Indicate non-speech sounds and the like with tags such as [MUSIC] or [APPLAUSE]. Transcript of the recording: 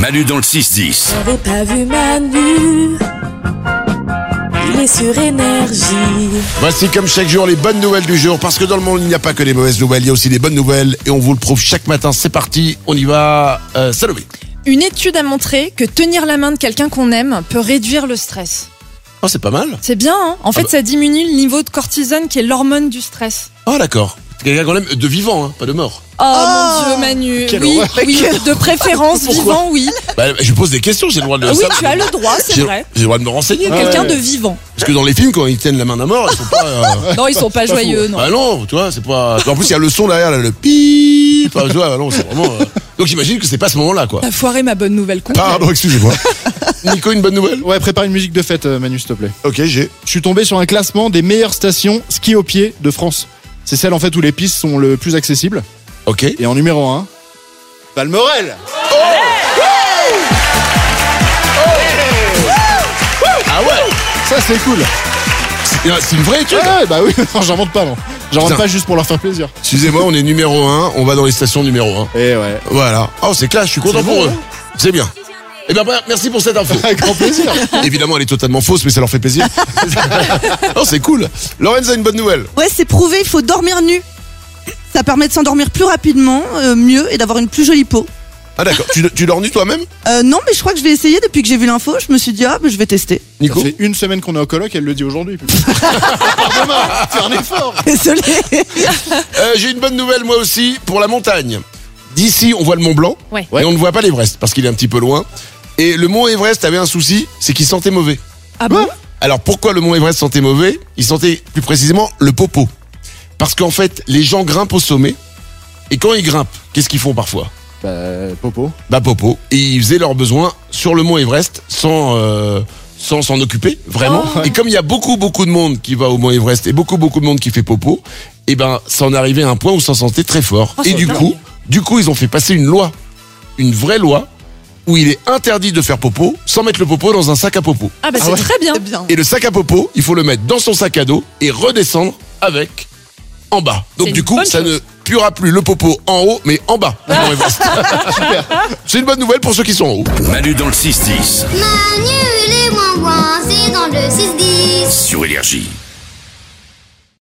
Manu dans le 6-10. J'avais pas vu Manu. Il est sur énergie. Voici comme chaque jour les bonnes nouvelles du jour, parce que dans le monde il n'y a pas que des mauvaises nouvelles, il y a aussi des bonnes nouvelles, et on vous le prouve chaque matin. C'est parti, on y va. Euh, Salomé. Une étude a montré que tenir la main de quelqu'un qu'on aime peut réduire le stress. Oh, c'est pas mal. C'est bien, hein Ah En fait, bah. ça diminue le niveau de cortisone qui est l'hormone du stress. Oh, d'accord. C'est Quelqu'un qu'on aime de vivant, hein, pas de mort. Oh, mon dieu, Manu. Quelle oui, horreur. oui, de préférence Pourquoi vivant, oui. Bah, je pose des questions, j'ai le droit de Ah Oui, ça- tu as le droit, c'est J'ai vrai. j'ai le droit de me renseigner. Quelqu'un Ouais. de vivant. Parce que dans les films, quand ils tiennent la main d'un mort, ils sont pas. euh, Non, ils sont pas joyeux, [LAUGHS] non. Ah non, tu vois, c'est pas. En plus, il y a le son derrière, là, le pip. Enfin, tu vois, non, c'est vraiment. euh, Donc j'imagine que c'est pas ce moment-là, quoi. T'as foiré ma bonne nouvelle con. Pardon, excusez-moi. [LAUGHS] Nico, une bonne nouvelle Ouais, prépare une musique de fête, euh, Manu, s'il te plaît. Ok, j'ai. Je suis tombé sur un classement des meilleures stations ski au pied de France. C'est celle en fait où les pistes sont le plus accessibles. Ok. Et en numéro 1, Palmorel Ah ouais Ah, Ça, c'est cool C'est c'est une vraie étude Ouais, bah oui, [LAUGHS] non, j'invente pas, non. J'invente Putain. pas juste pour leur faire plaisir. Excusez-moi, on est numéro 1, on va dans les stations numéro 1. Et ouais. Voilà. Oh, c'est classe, je suis content C'est pour bon, eux. hein C'est bien. Eh ben, bah, merci pour cette [LAUGHS] info. Avec grand plaisir Évidemment, elle est totalement fausse, mais ça leur fait [LAUGHS] plaisir. non, c'est cool. Lorenz a une bonne nouvelle. Ouais, c'est prouvé, il faut dormir nu. Ça permet de s'endormir plus rapidement, euh, mieux et d'avoir une plus jolie peau. Ah, d'accord. tu, tu dors nu toi-même Euh, non, mais je crois que je vais essayer depuis que j'ai vu l'info. Je me suis dit, ah, bah, je vais tester. Ça Nico fait une semaine qu'on est au colloque, elle le dit aujourd'hui. putain. [LAUGHS] Demain, faire un effort Désolé. Euh, J'ai une bonne nouvelle, moi aussi, pour la montagne. D'ici, on voit le Mont Blanc, Ouais. mais on ne voit pas l'Everest parce qu'il est un petit peu loin. Et le Mont Everest avait un souci, c'est qu'il sentait mauvais. Ah bon Alors pourquoi le mont Everest sentait mauvais Il sentait plus précisément le popo. Parce qu'en fait, les gens grimpent au sommet. Et quand ils grimpent, qu'est-ce qu'ils font parfois Bah, Popo. Bah popo. Et ils faisaient leurs besoins sur le mont Everest sans... euh, sans s'en occuper vraiment et comme il y a beaucoup beaucoup de monde qui va au mont Everest et beaucoup beaucoup de monde qui fait popo et ben ça en arrivait à un point où ça sentait très fort Oh, et c'est du dingue. coup du coup ils ont fait passer une loi une vraie loi où il est interdit de faire popo sans mettre le popo dans un sac à popo Ah bah c'est très bien. C'est bien. et le sac à popo, il faut le mettre dans son sac à dos et redescendre avec en bas. Donc C'est du une coup, bonne ça chose. ne puera plus le popo en haut, mais en bas. du Mont [LAUGHS] Everest. C'est une bonne nouvelle pour ceux qui sont en haut. Manu dans le 6-10 Manu, les moins c'est dans le 6-10. sur Énergie.